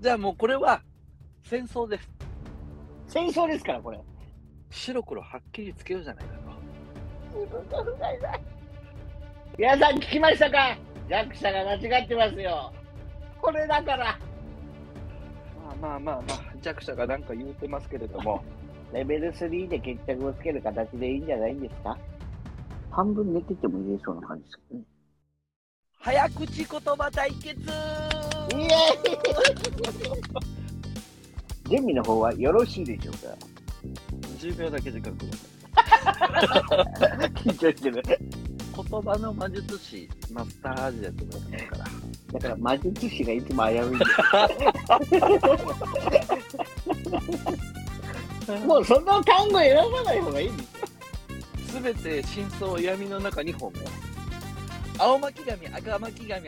じゃあもうこれは戦争です。戦争ですから、これ。白黒はっきりつけようじゃないかと。自分が不甲斐ない。皆さん聞きましたか弱者が間違ってますよ。これだから。まあまあまあまあ、弱者がなんか言うてますけれども、レベル3で決着をつける形でいいんじゃないんですか半分寝てても言えそうな感じですけどね。早口言葉対決イエーイ準備の方はよろしいでしょうか !10 秒だけ時間ください。緊張してる。言葉の魔術師、マスターアジアって言われてますから。だから魔術師がいつも危ういんだ よもうその単語選ばない方がいいんですすべて真相を闇の中に葬る。青巻紙、赤巻紙、